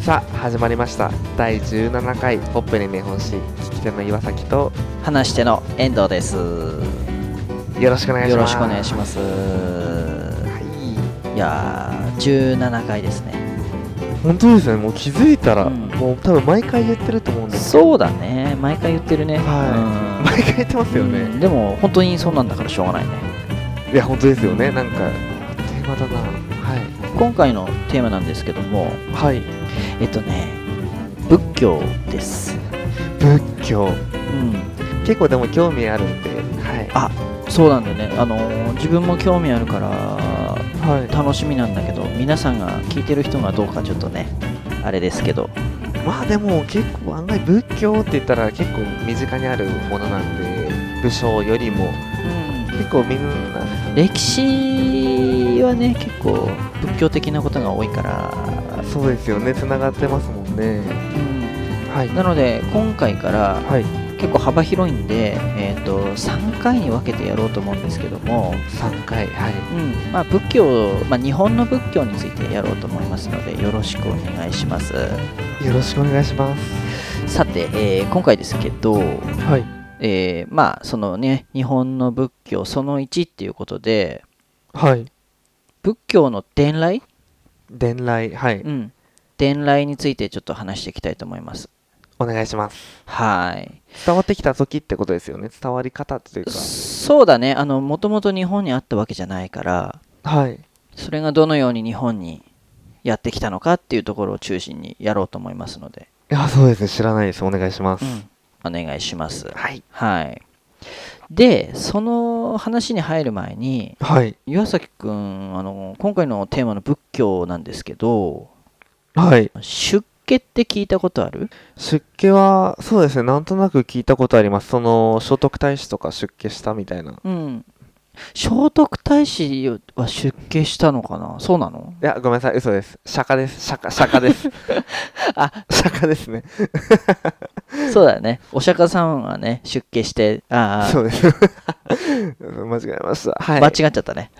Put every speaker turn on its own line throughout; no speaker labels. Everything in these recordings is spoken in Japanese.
さあ始まりました第17回ほっぺに日本史聞き手の岩崎と
話し手の遠藤です。
よろしくお願いし
よろ
ま
し
す
くお願いしますす。
はい
やー、17回ですね。
い本当ですねもう気づいたら、
うん
もう多分毎回言ってると思うんですけど
そうだね、毎回言ってるね。
はい毎回言ってます
う
よ
ん
ね、
うんでも、本当にそうなんだからしょうがないね。
いや本当ですよねなんかあっという間だなは
今回のテーマなんですけども、
いはい
えっとね、仏教です。
仏教
うん、
結構でも興味あるんではい
あそうなんだよね、あのー自分も興味あるから、
はい
楽しみなんだけど、皆さんが聞いてる人がどうかちょっとね、あれですけど、
まあでも結構案外仏教って言ったら結構身近にあるものなんで武将よりも結構みんな
歴史はね結構仏教的なことが多いから、
そうですよね繋がってますもんねはい
なので今回から
はい
結構幅広いんで、えー、と3回に分けてやろうと思うんですけども、
3回はい
うんまあ、仏教、まあ、日本の仏教についてやろうと思いますのでよろしくお願いします
よろしくお願いします
さて、えー今回ですけど、
はい
えーまあそのね日本の仏教その1っていうことで
はい
仏教の伝来、
伝来はい
うん、伝来についてちょっと話していきたいと思います
お願いします
はい。
伝わってきた時ってことですよね伝わり方っていうか
そうだね。あの、もともと日本にあったわけじゃないから、
はい
それがどのように日本にやってきたのかっていうところを中心にやろうと思いますので、
いやそうですね知らないですお願いします
うんお願いします。
はい
はい。で、その話に入る前に、
はい
岩崎くん、あの、今回のテーマの仏教なんですけど、
はい
出家って聞いたことある
出家はそうですねなんとなく聞いたことありますその聖徳太子とか出家したみたいな
うん。聖徳太子は出家したのかなそうなの
いやごめんなさい嘘です釈迦です釈迦釈迦です
あ
釈迦ですね
そうだよね。お釈迦さんはね、出家して、あ
そうです 間違えましたは
あ、
い
間違っちゃったね。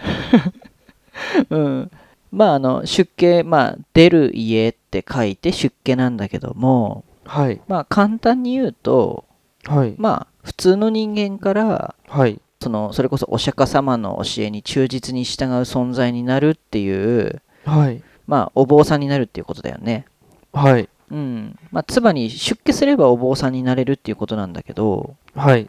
うん。まあ、あの、出家、まあ、出る家って書いて出家なんだけども、
はい
まあ、簡単に言うと、
はい
まあ、普通の人間から、
はい
その、それこそお釈迦様の教えに忠実に従う存在になるっていう、
はい
まあ、お坊さんになるっていうことだよね。
はい
うん。まあ、つまり、出家すればお坊さんになれるっていうことなんだけど、
はい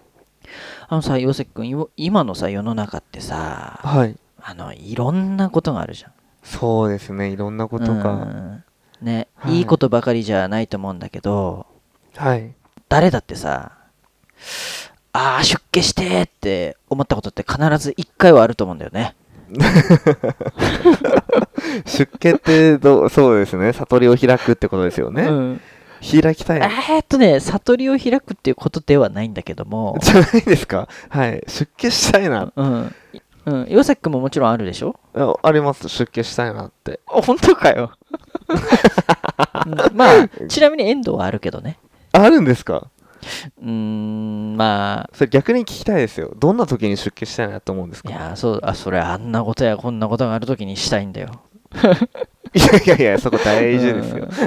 あのさ、ヨセ君、よ今のさ、世の中ってさ、
はい
あの、いろんなことがあるじゃん。
そうですねいろんなことが
うんね、
はい
い、いことばかりじゃないと思うんだけど、
はい
誰だってさ、ああ、出家してーって思ったことって必ず一回はあると思うんだよね。
出家ってどう そうですね悟りを開くってことですよね、
うん
開きたい
えーっとね、悟りを開くっていうことではないんだけ ども、
じゃないですかはい出家したいな
うん。うん、岩崎君ももちろんあるでしょ
ああります出家したいなって
本当かよ、 うんまあちなみに遠藤はあるけどね
あるんですか
うーんまあ
それ逆に聞きたいですよどんな時に出家したいなと思うんです
い
か
やーそうあそれあんなことやこんなことがあるときにしたいんだよ
いやいやいやそこ大事ですよ、
うん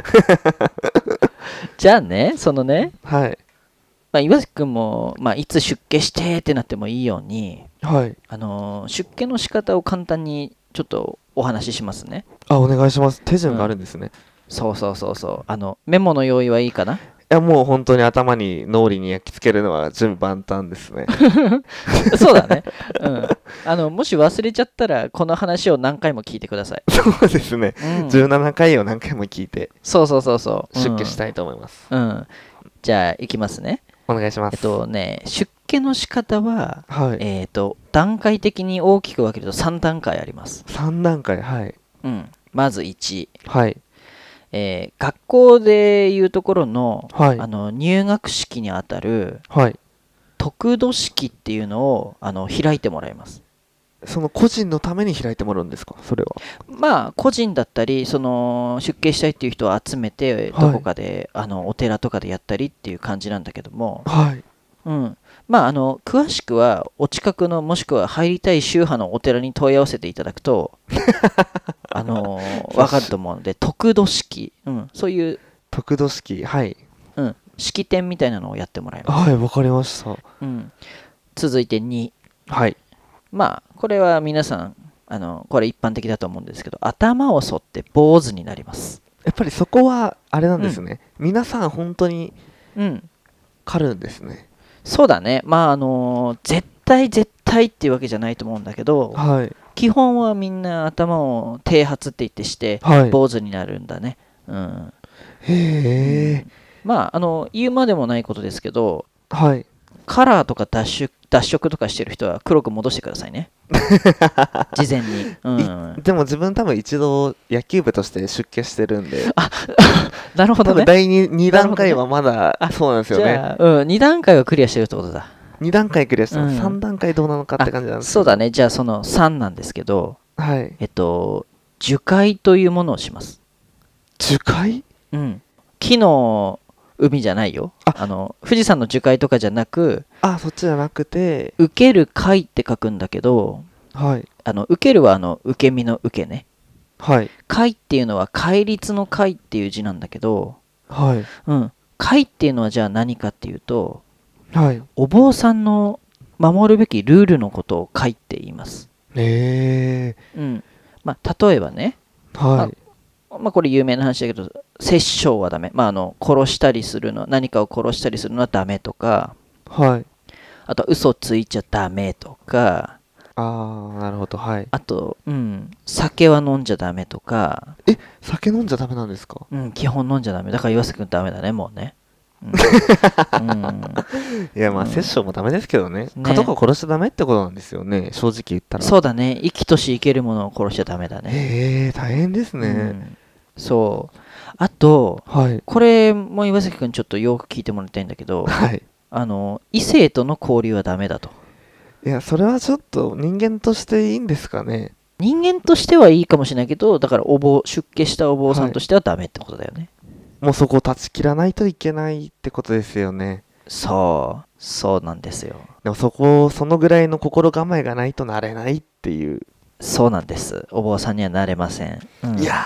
じゃあねそのね、
はい
まあ、岩崎君も、まあ、いつ出家してってなってもいいように、
はい
あのー出家の仕方を簡単にちょっとお話ししますね
あお願いします手順があるんですね、
そうそうそうそうあのメモの用意はいいかない
やもう本当に頭に脳裏に焼き付けるのは順番端です ね
そうだ ね、うん、あのもし忘れちゃったらこの話を何回も聞いてください、
そうですね、
うん
17回を何回も聞いて
そうそうそうそう
出家したたいと思います、
うん、うんじゃあ行きますね
お願いします
えっとね出家の仕方は
はい
えっと段階的に大きく分けると3段階あります、
3段階はい
うん、まず1、
はい
えー学校でいうところの,、
はい
あの入学式にあたる
はい
得度式っていうのをあの開いてもらいます
その個人のために開いてもらうんですかそれは
まあ個人だったりその出家したいっていう人を集めて
はい
どこかで、あのお寺とかでやったりっていう感じなんだけども
はい
うん、まああの詳しくはお近くのもしくは入りたい宗派のお寺に問い合わせていただくとあの分かると思うので得度式、うん、そういう、
得度式はい
うん、式典みたいなのをやってもらいます、
はいわかりました
うん、続いて2
はい
まあこれは皆さんあのこれ一般的だと思うんですけど頭を剃って坊主になります、
やっぱりそこはあれなんですね、皆さん本当に
うん、
狩るんですね
そうだねまああの絶対絶対っていうわけじゃないと思うんだけど
はい
基本はみんな頭を剃髪って言ってして
はい
坊主になるんだね、うん、
へえ
まああの言うまでもないことですけど
はい
カラーとか脱色脱色とかしてる人は黒く戻してくださ いね事前に、うん、
でも自分多分一度野球部として出家してるんで
なるほ
多
ど
分
ね
第 2, 二
な
段
るほどね
階はまだ
あ
そうなんですよ
じ
ね
ゃあ、うん、2段階はクリアしてるってことだ
2段階クリアしたら
うん
3段階どうなのかって感じなんです
そうだ
ね
ねじゃあその3なんですけど
はい
えっと樹海というものをします
樹海
うん木の海じゃないよあの富士山の樹海とかじゃなく
あそっちじゃなくて
受ける海って書くんだけど
はい
あの受けるはあの受け身の受けね
はい
海っていうのは戒律の戒っていう字なんだけど、
はい
うん、戒っていうのはじゃあ何かっていうと
はいへ
お坊さんの守るべきルールのことを戒って言います、
え
うんまあ、例えばね、
はい
まあ、これ有名な話だけど殺生はダメ、まあ、あの殺したりするの何かを殺したりするのはダメとか
はい
あとは嘘ついちゃダメとか
ああなるほどはい
あと、うん、酒は飲んじゃダメとか、
え酒飲んじゃダメなんですか
うん、基本飲んじゃダメだから岩瀬君ダメだねもうね、うん うん
いやまあ
うん
殺生もダメですけどね蚊とか殺しちゃダメってことなんですよね正直言ったら
そうだね生きとし生けるものを殺しちゃダメだね
へえ大変です
う
ね
んそうあと
はい
これも岩崎君ちょっとよく聞いてもらいたいんだけ ど
はい
あの異性との交流はダメだと
いやそれはちょっと人間としていいんですかね
人間としてはいいかもしれないけどだからお坊出家したお坊さんとしてはダメってことだよね、
もうそこを断ち切らないといけないってことですよね
そうそうなんですよ
でもそこそのぐらいの心構えがないとなれないっていう、
そうなんですお坊さんにはなれません、うん
いや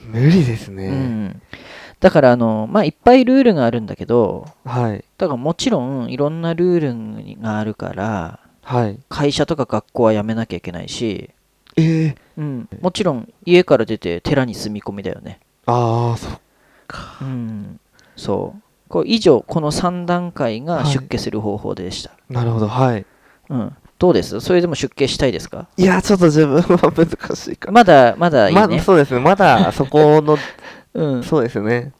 ー無理です
う
ね、
ん、だからあのまあいっぱいルールがあるんだけど
はい
だからもちろんいろんなルールがあるから
はい
会社とか学校は辞めなきゃいけないし、
えー、
うん、もちろん家から出て寺に住み込みだよね。
ああそっ
うん、そうこう以上この3段階
は
が
い
出家する方法でした。
なるほどはい
うん、どうですそれでも出家したいですか
いやーちょっと自分は難しいかな
まだま だいいね、
まそうですねまだそこの
うん
そうですね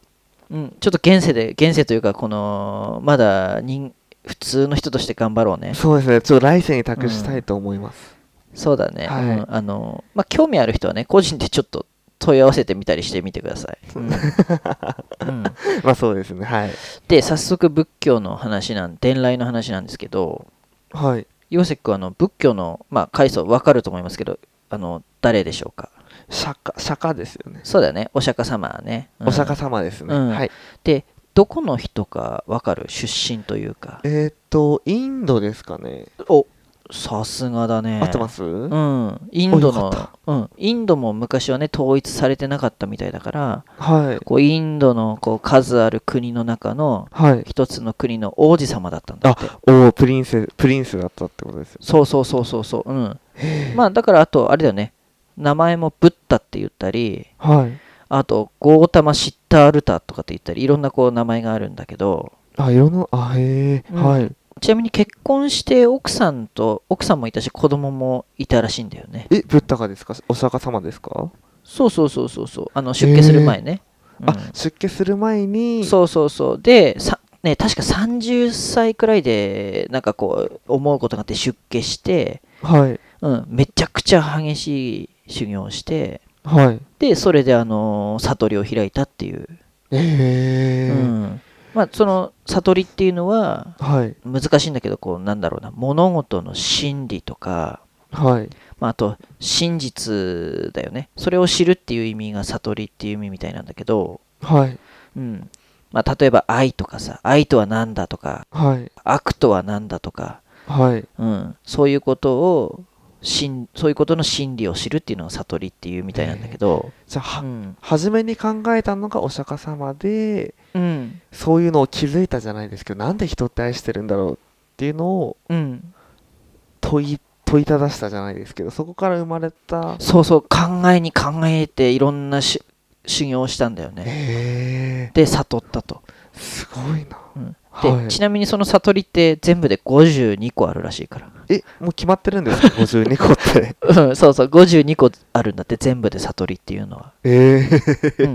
うん、ちょっと現世で現世というかこのまだ人普通の人として頑張ろうね。
そうですねちょっと来世に託したいと思います、
そうだね、
はい
うんあのまあ、興味ある人はね個人でちょっと問い合わせてみたりしてみてください。うんうん
まあそうですねはい
で早速仏教の話なん伝来の話なんですけど
はい
ヨセクはあの仏教の、まあ、階層わかると思いますけどあの誰でしょうか
釈迦釈迦ですよね、
そうだよねお釈迦様ね、うん
お釈迦様ですね、
うん
はい
でどこの人かわかる出身というか
えーっとインドですかね
おさすがだね
合ってます、
うんインド
およか
の、うん、インドも昔はね統一されてなかったみたいだから
はい
こうインドのこう数ある国の中の
はい
一つの国の王子様だったんだって
おおプリンセプリンスだったってことですよ
そうそうそうそうそううんまあだからあとあれだよね名前もブッダって言ったり
はい
あとゴータマ・シッタールタとかって言ったりいろんなこう名前があるんだけど
あいろんなあへえ、
うん
はい
ちなみに結婚して奥さんと奥さんもいたし子供もいたらしいんだよね
えブッダがですかお釈迦様ですか、
そうそうそうそうそうあの出家する前ね、うん
あ出家する前に
そうそうそうでさね確か30歳くらいでなんかこう思うことがあって出家して、
はい
うん、めちゃくちゃ激しい修行をして
はい
でそれであの悟りを開いたっていう、
へえ、
うんまあその悟りっていうのは
はい
難しいんだけどこうなんだろうな物事の真理とか、
はい
まあ、あと真実だよねそれを知るっていう意味が悟りっていう意味みたいなんだけど、
はい
うんまあ、例えば愛とかさ愛とは何だとか
はい
悪とは何だとか、
はい
うん、そういうことをしんそういうことの真理を知るっていうのを悟りっていうみたいなんだけど、
じゃあは
うん
初めに考えたのがお釈迦様で
うん
そういうのを気づいたじゃないですけどなんで人って愛してるんだろうっていうのを
うん、
問い問いただしたじゃないですけどそこから生まれた
そうそう考えに考えていろんなし修行をしたんだよね
へえ
で悟ったと、
すごいな、
うんで
はい
ちなみにその悟りって全部で52個あるらしいから
えもう決まってるんですか52個って
うんそうそう52個あるんだって全部で悟りっていうのは、
ええ
う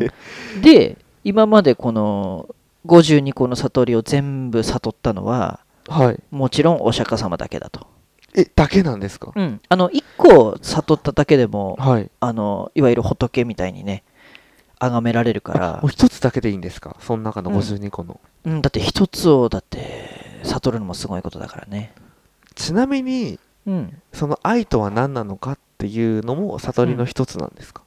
んで今までこの52個の悟りを全部悟ったのは
はい
もちろんお釈迦様だけだと、
えだけなんですか、
うん、あの1個悟っただけでも
はい
あのいわゆる仏みたいにね崇められるから
もう、一つだけでいいんですかその中の
うん
52個の、
うん、だって一つをだって悟るのもすごいことだからね
ちなみに
うん
その愛とは何なのかっていうのも悟りの一つなんですか、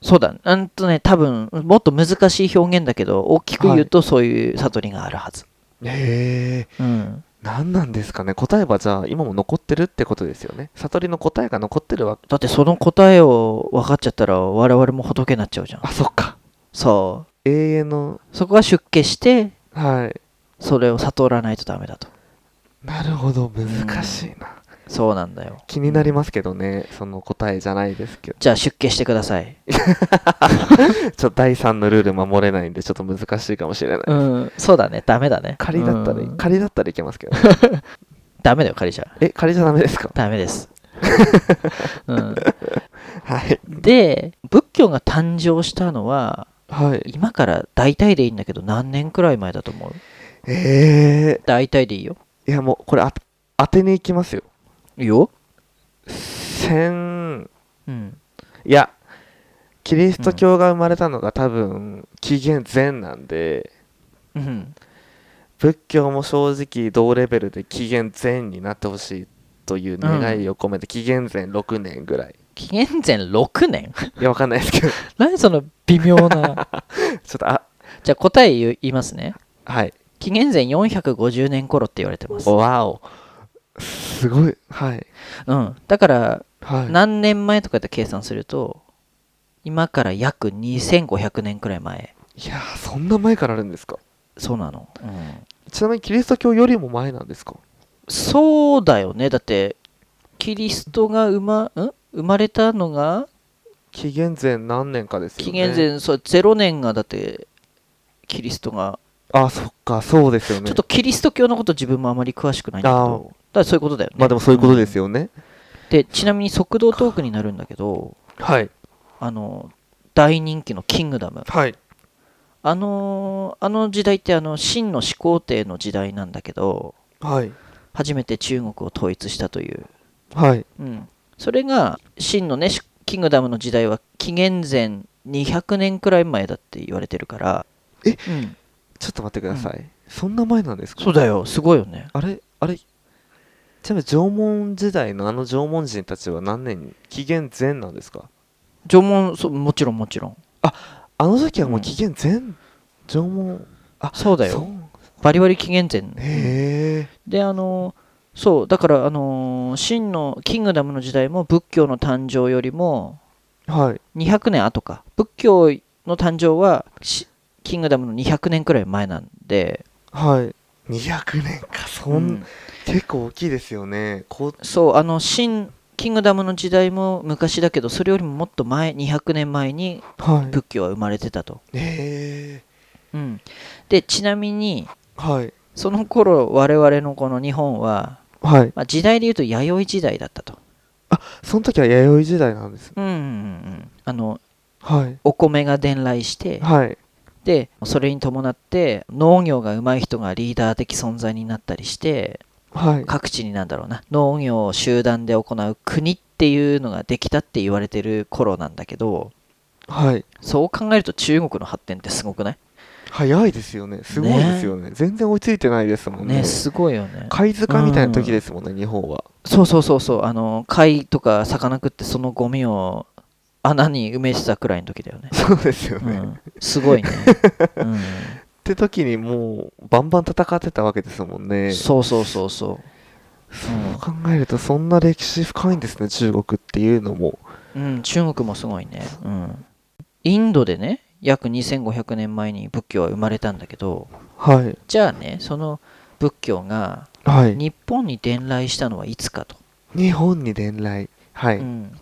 そうだうんとね多分もっと難しい表現だけど大きく言うとそういう悟りがあるはず、
へえ
うん
何なんですかね答えはじゃあ今も残ってるってことですよね悟りの答えが残ってるわけ
だってその答えを分かっちゃったら我々も仏になっちゃうじゃん
あそっか
そ
永遠の
うそこが出家して
はい
それを悟らないとダメだと
なるほど難しいな、
そうなんだよ
気になりますけどねその答えじゃないですけど
じゃあ出家してください
ちょっと第3のルール守れないんでちょっと難しいかもしれない、
うんそうだねダメだね
仮だったら、
うん
仮だったらいけますけどね
ダメだよ仮じゃ
え仮じゃダメですか
ダメです う ん、
はい
で仏教が誕生したのは
はい
今から大体でいいんだけど何年くらい前だと思う
え
大体でいいよ
ー、いやもうこれあ当てに行きますよ
いいよ
千
うん
いやキリスト教が生まれたのが多分紀元前なんで、
うん
仏教も正直同レベルで紀元前になってほしいという願いを込めて、紀元前6年ぐらい
紀元前6年
いやわかんない ですけどちょ
何その微妙な
っとあ
じゃあ答え言いますね
はい
紀元前450年頃って言われてます、
わおすごいはい
うん、だから
はい
何年前とかで計算すると今から約2500年くらい前
いやーそんな前からあるんですか
そうなの、うん、
ちなみにキリスト教よりも前なんですか
そうだよねだってキリストが生まん生まれたのが
紀元前何年かですよね
紀元前、そう0年がだってキリストが、
あそっかそうですよね
ちょっとキリスト教のこと自分もあまり詳しくないんだけ
あー
どだからそういうことだよね、
まあでもそういうことですよね、
でちなみに速度トークになるんだけど
はい
あの大人気の「キングダム」
はい
あのーあの時代ってあの秦の始皇帝の時代なんだけど
はい
初めて中国を統一したという、
はい
うん、それが秦のねしキングダムの時代は紀元前200年くらい前だって言われてるから
え
うん、
ちょっと待ってください、そんな前なんですか
そうだよすごいよね
あれあれちなみに縄文時代のあの縄文人たちは何年に紀元前なんですか
縄文そうもちろんもちろん
あの時はもううん紀元前、縄文あ
そうだ
そう
よバリバリ紀元前
へえ
であのそうだからあの秦のキングダムの時代も仏教の誕生よりも
はい
200年後か仏教の誕生はしキングダムの200年くらい前なんで、
はい200年かそん、
うん
結構大きいですよねこう
そうあの新キングダムの時代も昔だけどそれよりももっと前200年前に
はい
仏教は生まれてたと、
へえ
うん、でちなみに
はい
その頃我々のこの日本は、
はい
まあ、時代でいうと弥生時代だったと、
その時は弥生時代なんです
うんうんうんうん、あの
はい
お米が伝来して
はい
でそれに伴って農業が上手い人がリーダー的存在になったりして
はい
各地になんだろうな農業を集団で行う国っていうのができたって言われてる頃なんだけど
はい
そう考えると中国の発展ってすごくない
早いですよねすごいですよね全然追いついてないですもんね
ねすごいよね
貝塚みたいな時ですもんね、日本は
そうそうそうそうあの貝とか魚食ってそのゴミを 穴に埋めてたくらいの時だよね、
そうですよ
う
ね、っ
ん、すごいね、うん、
生時にもうバンバン戦ってたわけですもんねそ
そうそうそうそう
う考えるとそんな歴史深いんですね中国っていうのも
うん、中国もすごいね、うん、インドでね約2500年前に仏教は生まれたんだけど
はい
じゃあねその仏教が
はい
日本に伝来したのはいつかと、
日本に伝来はい、
うん、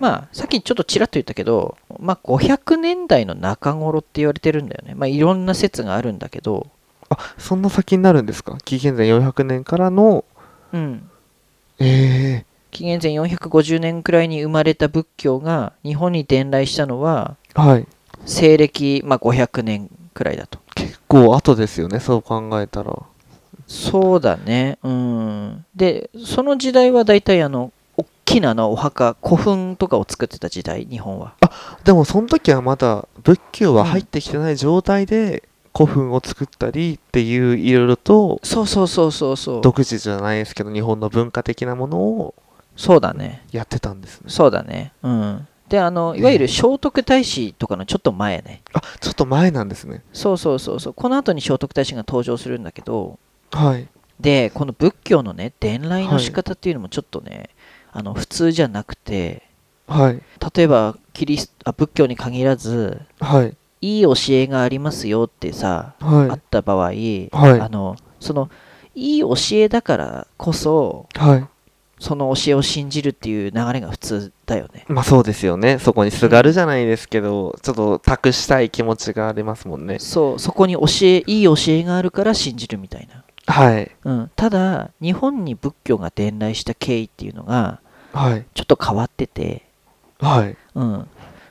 まあさっきちょっとちらっと言ったけど、まあ、500年代の中頃って言われてるんだよね、まあ、いろんな説があるんだけど、
あそんな先になるんですか紀元前400年からの
うん、
ええ
紀元前450年くらいに生まれた仏教が日本に伝来したのは
はい
西暦、まあ、500年くらいだと。
結構後ですよねそう考えたら
そうだね。うん。で、その時代は大体あの、大きなあのお墓、古墳とかを作ってた時代、日本は。
でもその時はまだ仏教は入ってきてない状態で古墳を作ったりっていういろいろと
そうそうそうそうそう。
独自じゃないですけど日本の文化的なものを
そうだね。
やってたんですね
そうだね。うん。で、あの、いわゆる聖徳太子とかのちょっと前ね。
あちょっと前なんですね
そうそうそうそう。この後に聖徳太子が登場するんだけど、
はい
で、この仏教のね、伝来の仕方っていうのもちょっとね、あの、普通じゃなくて、
はい
例えばキリスあ仏教に限らず、
はい
いい教えがありますよってさ、
はい
あった場合、
はい
あのそのいい教えだからこそ
はい
その教えを信じるっていう流れが普通だよね。
まあそうですよねそこにすがるじゃないですけどちょっと託したい気持ちがありますもんね
そうそこに教えいい教えがあるから信じるみたいな。
はい
うん、ただ日本に仏教が伝来した経緯っていうのが
はい
ちょっと変わってて、
はい
うん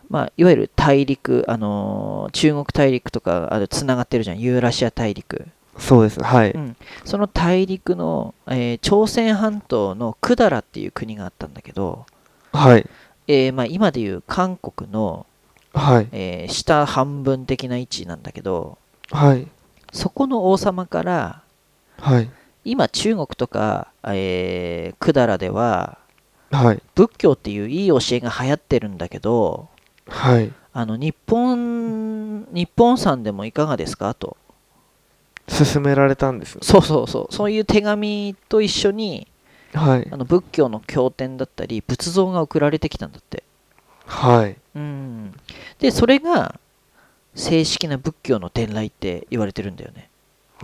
まあ、いわゆる大陸、あのー中国大陸とかあつながってるじゃんユーラシア大陸。、
そうですはいう
ん、その大陸の、えー朝鮮半島の百済っていう国があったんだけど、
はい
えーまあ、今でいう韓国の、
はい
えー下半分的な位置なんだけど
はい
そこの王様から
はい
今中国とか、えー、百済では
はい
仏教っていういい教えが流行ってるんだけど
はい
あの日本日本さんでもいかがですかと
勧められたんです
そうそうそうそういう手紙と一緒に
はい
あの仏教の経典だったり仏像が送られてきたんだって
はい
うん、でそれが正式な仏教の伝来って言われてるんだよね、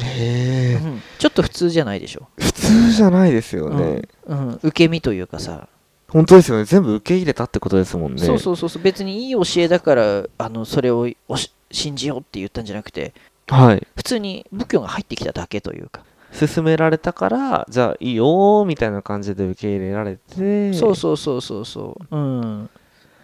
へえ
うんちょっと普通じゃないでしょ、
普通じゃないですよね、
うんうん受け身というかさ、
本当ですよね全部受け入れたってことですもんね
そうそうそうそう別にいい教えだからあのそれをおし信じようって言ったんじゃなくて
はい
普通に仏教が入ってきただけというか、
勧められたからじゃあいいよーみたいな感じで受け入れられて
そうそうそうそうそううん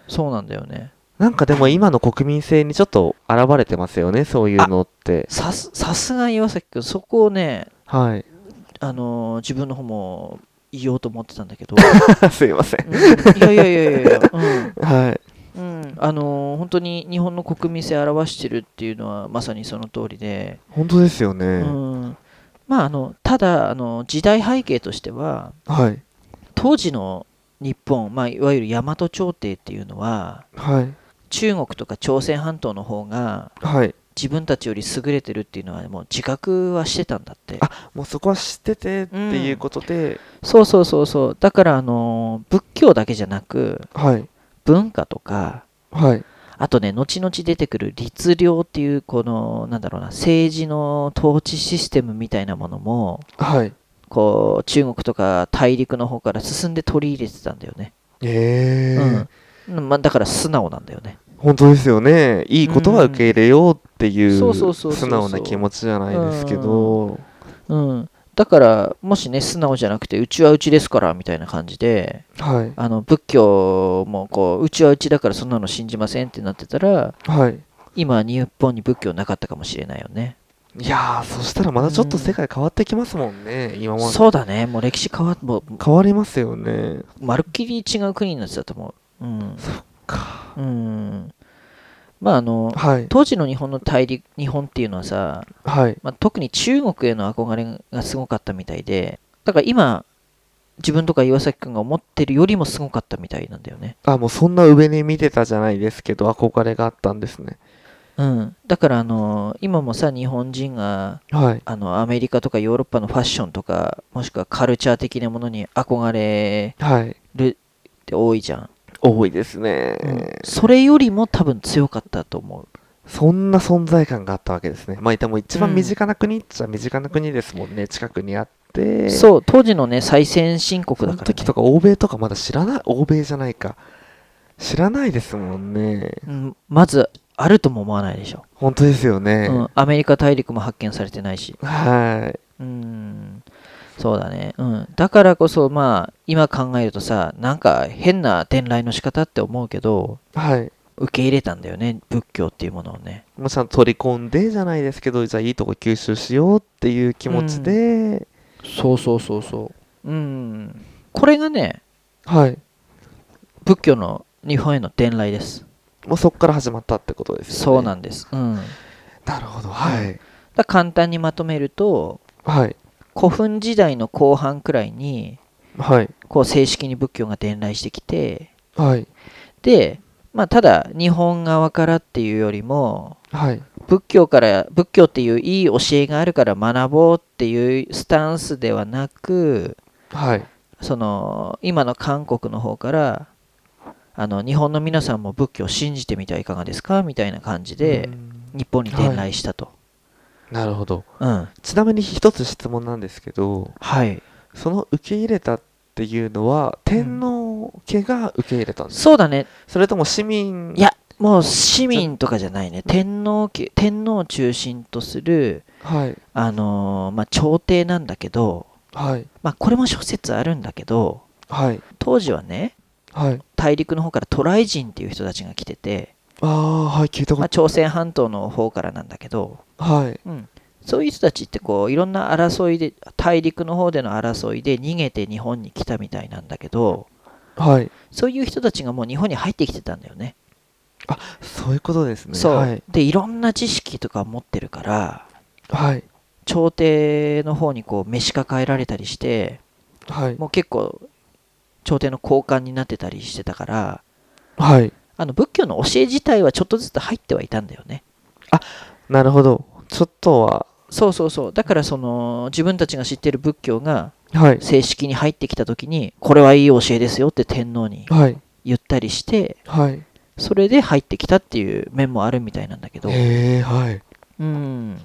そうなんだよね
なんかでも今の国民性にちょっと現れてますよねそういうのって
さすさすが岩崎君そこをね、
はい
あのー自分の方も言おうと思ってたんだけ ど、
すいません
うんいやいやいやい やいや、うん、
はい
うん、あのー本当に日本の国民性を表してるっていうのはまさにその通りで、
本当ですよね、
うんまあ、あのただあの時代背景としては
はい
当時の日本、まあ、いわゆる大和朝廷っていうのは
はい
中国とか朝鮮半島の方が
はい
自分たちより優れてるっていうのはもう自覚はしてたんだって
あもうそこは知っててっていうことで、
そうそうそうそうだからあのー仏教だけじゃなく
はい
文化とか
はい
あとね、後々出てくる律令っていう、この、なんだろうな、政治の統治システムみたいなものも、
はい
こう、中国とか大陸の方から進んで取り入れてたんだよね。
ええー
うん。まあ、だから素直なんだよね。
本当ですよねいいことは受け入れようってい
うん
う
そうそうそうそう
素直な気持ちじゃないですけど
うん。だから、もしね、素直じゃなくて、うちはうちですから、みたいな感じで、
はい
あの、仏教も、こう、うちはうちだからそんなの信じませんってなってたら、
はい
今、日本に仏教なかったかもしれないよね。
いやーそしたらまたちょっと世界変わってきますもんね、今まで
そうだね。もう歴史変わっ、もう、
変わりますよね
まるっきり違う国になってたと思う。うん。
か
うん。まああの、
はい
当時の日本の大陸、日本っていうのはさ、
はい
まあ、特に中国への憧れがすごかったみたいで、だから今、自分とか岩崎くんが思ってるよりもすごかったみたいなんだよね。
あもうそんな上に見てたじゃないですけど憧れがあったんですね
うん、だからあの今もさ日本人が
はい
あのアメリカとかヨーロッパのファッションとかもしくはカルチャー的なものに憧れ
はい
るって多いじゃん、
多いですね、
うんそれよりも多分強かったと思う
そんな存在感があったわけですねまあいたも一番身近な国っちゃ身近な国ですもんね、近くにあってう
そう当時のね最先進国だ
そ
か
の
ら、
時
ね
とか欧米とかまだ知らない欧米じゃないか知らないですもんね
うん、まずあるとも思わないでしょ、
本当ですよね、
うん、アメリカ大陸も発見されてないし
はい
うんそうだね、うん、だからこそまあ今考えるとさなんか変な転来の仕方って思うけど
はい
受け入れたんだよね仏教っていうものをね
もうちゃんと取り込んでじゃないですけどじゃあいいとこ吸収しようっていう気持ちで、
そうそうそうそううんこれがね
はい
仏教の日本への伝来です
もうそこから始まったってことですよね
そうなんです、うん、だ
な
か
るほどはい
ら簡単にまとめると
はい
古墳時代の後半くらいに
はい
こう正式に仏教が伝来してきて
はい
でまあただ日本側からっていうよりも
はい
仏教から仏教っていういい教えがあるから学ぼうっていうスタンスではなく
はい
その今の韓国の方からあの日本の皆さんも仏教を信じてみてはいかがですかみたいな感じで
うん
日本に伝来したと。
なるほど
うん
ちなみに一つ質問なんですけど
はい、
その受け入れたっていうのは天皇家が受け入れたんですか、
そうだね
それとも市民
いやもう市民とかじゃないね天皇家天皇を中心とする
はい
あのーまあ、朝廷なんだけど、
はい
まあ、これも諸説あるんだけど
はい
当時はね
はい
大陸の方から渡来人っていう人たちが来てて、
ああはい聞いた
ま
こ
あ、朝鮮半島の方からなんだけど、
とはい
うん、そういう人たちってこういろんな争いで大陸の方での争いで逃げて日本に来たみたいなんだけど
はい
そういう人たちがもう日本に入ってきてたんだよね。
そういうことですね
そう、
はい
でいろんな知識とか持ってるから
はい
朝廷の方にこう召し抱えられたりして
はい
もう結構朝廷の高官になってたりしてたから
はい
あの仏教の教え自体はちょっとずつ入ってはいたんだよね
なるほどちょっとは
そうそうそうだからその自分たちが知ってる仏教が
はい
正式に入ってきた時にこれはいい教えですよって天皇に
はい
言ったりして
はい
それで入ってきたっていう面もあるみたいなんだけど
へえはい
うん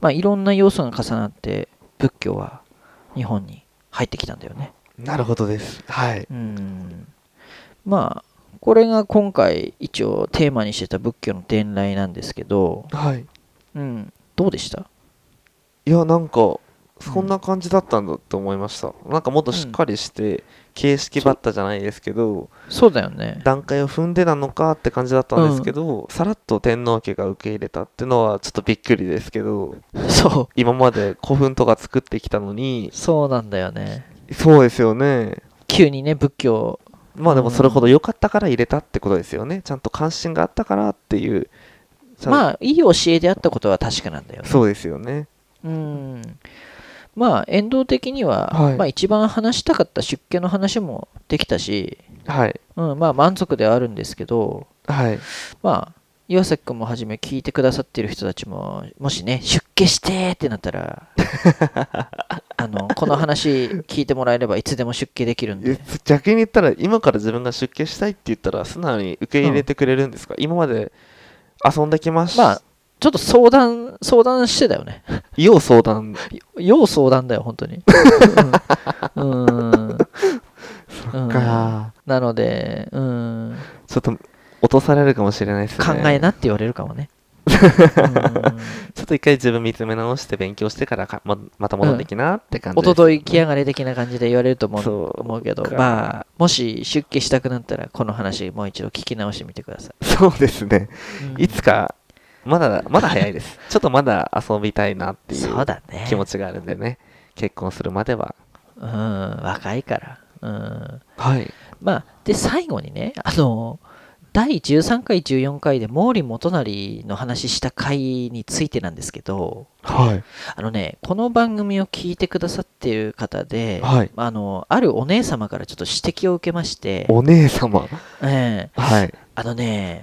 まあいろんな要素が重なって仏教は日本に入ってきたんだよね
なるほどですはい
うんまあこれが今回一応テーマにしてた仏教の伝来なんですけど、
はい
うん、どうでした
いやなんかそんな感じだったんだって思いました、なんかもっとしっかりして、形式ばったじゃないですけど
そうだよね
段階を踏んでなのかって感じだったんですけど、さらっと天皇家が受け入れたっていうのはちょっとびっくりですけど
そ
今まで古墳とか作ってきたのに
うそうなんだよね
そうですよね
急にね仏教
まあでもそれほど良かったから入れたってことですよねちゃんと関心があったからっていうちゃん
まあいい教えであったことは確かなんだよね
そうですよね
うんまあ遠藤的には、
はい
まあ、一番話したかった出家の話もできたし、
はい
うん、まあ満足ではあるんですけど
はい
まあ岩崎君もはじめ聞いてくださってる人たちももしね出家してーってなった らあのこの話聞いてもらえればいつでも出家できるん
え
で
逆に言ったら今から自分が出家したいって言ったら素直に受け入れてくれるんですか、今まで遊んできました、
まあちょっと相談相談してたよね
要相談
要相談だよ本当にうんうんうん
か、
なのでうん
ちょっと落とされるかもしれないですね
考えなって言われるかもねうん
ちょっと一回自分見つめ直して勉強してからかままた戻ってきなって感じ
お
です、
ととい来やがれ的な感じで言われると思
そう
う思うけど
か
まあもし出家したくなったらこの話もう一度聞き直してみてくださ
そうですね
い、
いつかまだまだ早い ですちょっとまだ遊びたいなってい
そううだね
気持ちがあるんでね結婚するまでは
うん若いからうん
はい
まあで最後にねあの第13回14回で毛利元就の話した回についてなんですけど
はい
あのねこの番組を聞いてくださっている方で、
はい
あのあるお姉様からちょっと指摘を受けまして、
お姉様
ええ
はい
あのね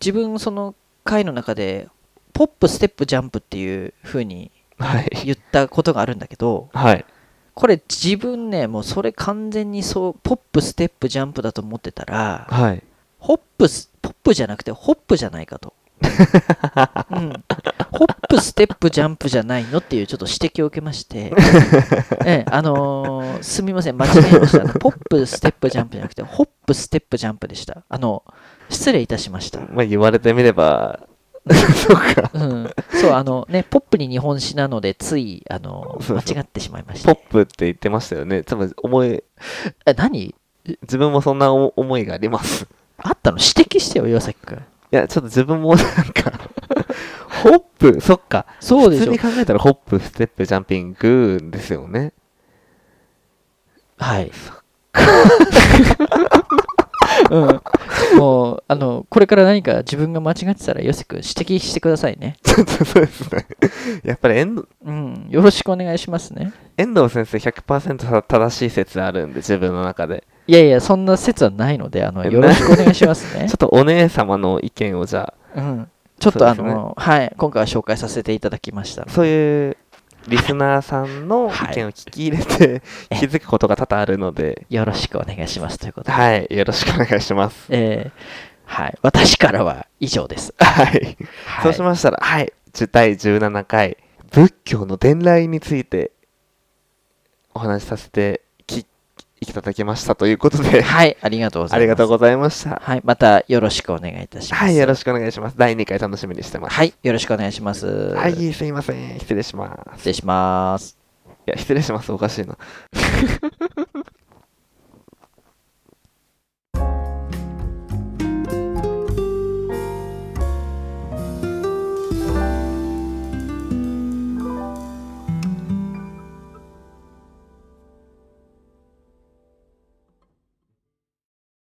自分その回の中でポップステップジャンプっていう風に
はい。
言ったことがあるんだけど
はい。
これ自分ねもうそれ完全にそうポップステップジャンプだと思ってたら
はい。
ホップスポップじゃなくてホップじゃないかと、うん、ホップステップジャンプじゃないのっていうちょっと指摘を受けましてええあのーすみません間違えましたあのポップステップジャンプじゃなくてホップステップジャンプでしたあの失礼いたしました
まあ言われてみれば、 そうか。
うん、そう、あのね、ポップに日本史なので、つい、あの、
そうそう
間違ってしまいまし
ポッ
た。
プって言ってましたよね。多分思い、
え、何
自分もそんな思思いがあります。
あったの指摘してよ、岩崎くん。
いや、ちょっと自分もなんか、ホップ、そっか。
そうで
普
し
通
ょ
に。考えたらホップ、ステップ、ジャンピングですよね。
はい。うん、もうあのこれから何か自分が間違ってたら岩崎君指摘してくださいね、
ちょっとそうですね。やっぱり遠藤
うん、よろしくお願いしますね
遠藤先生100%正しい説あるんで、自分の中で。
いやいやそんな説はないのであの
え
よろしくお願いしますね
ちょっとお姉様の意見をじゃ
うん、ちょっとあ
そうです
の、はい今回は紹介させていただきました
あ、そういうリスナーさんの意見を聞き入れて、
はい
気づくことが多々あるので、
よろしくお願いしますということで、
はい、よろしくお願いします。
えーはい、私からは以上です。
はい。
はい
そうしましたら、はい、10第17回、仏教の伝来についてお話しさせてきいただきましたということで、
はい、ありがとうござ
あ
います。
りがとうございました。
はい、またよろしくお願いいたします。
はい、よろしくお願いします。第2回楽しみにしてます。
はいよろしくお願いします。
は、い、すいません。失礼します。
失礼します。
いや、失礼します。おかしいな。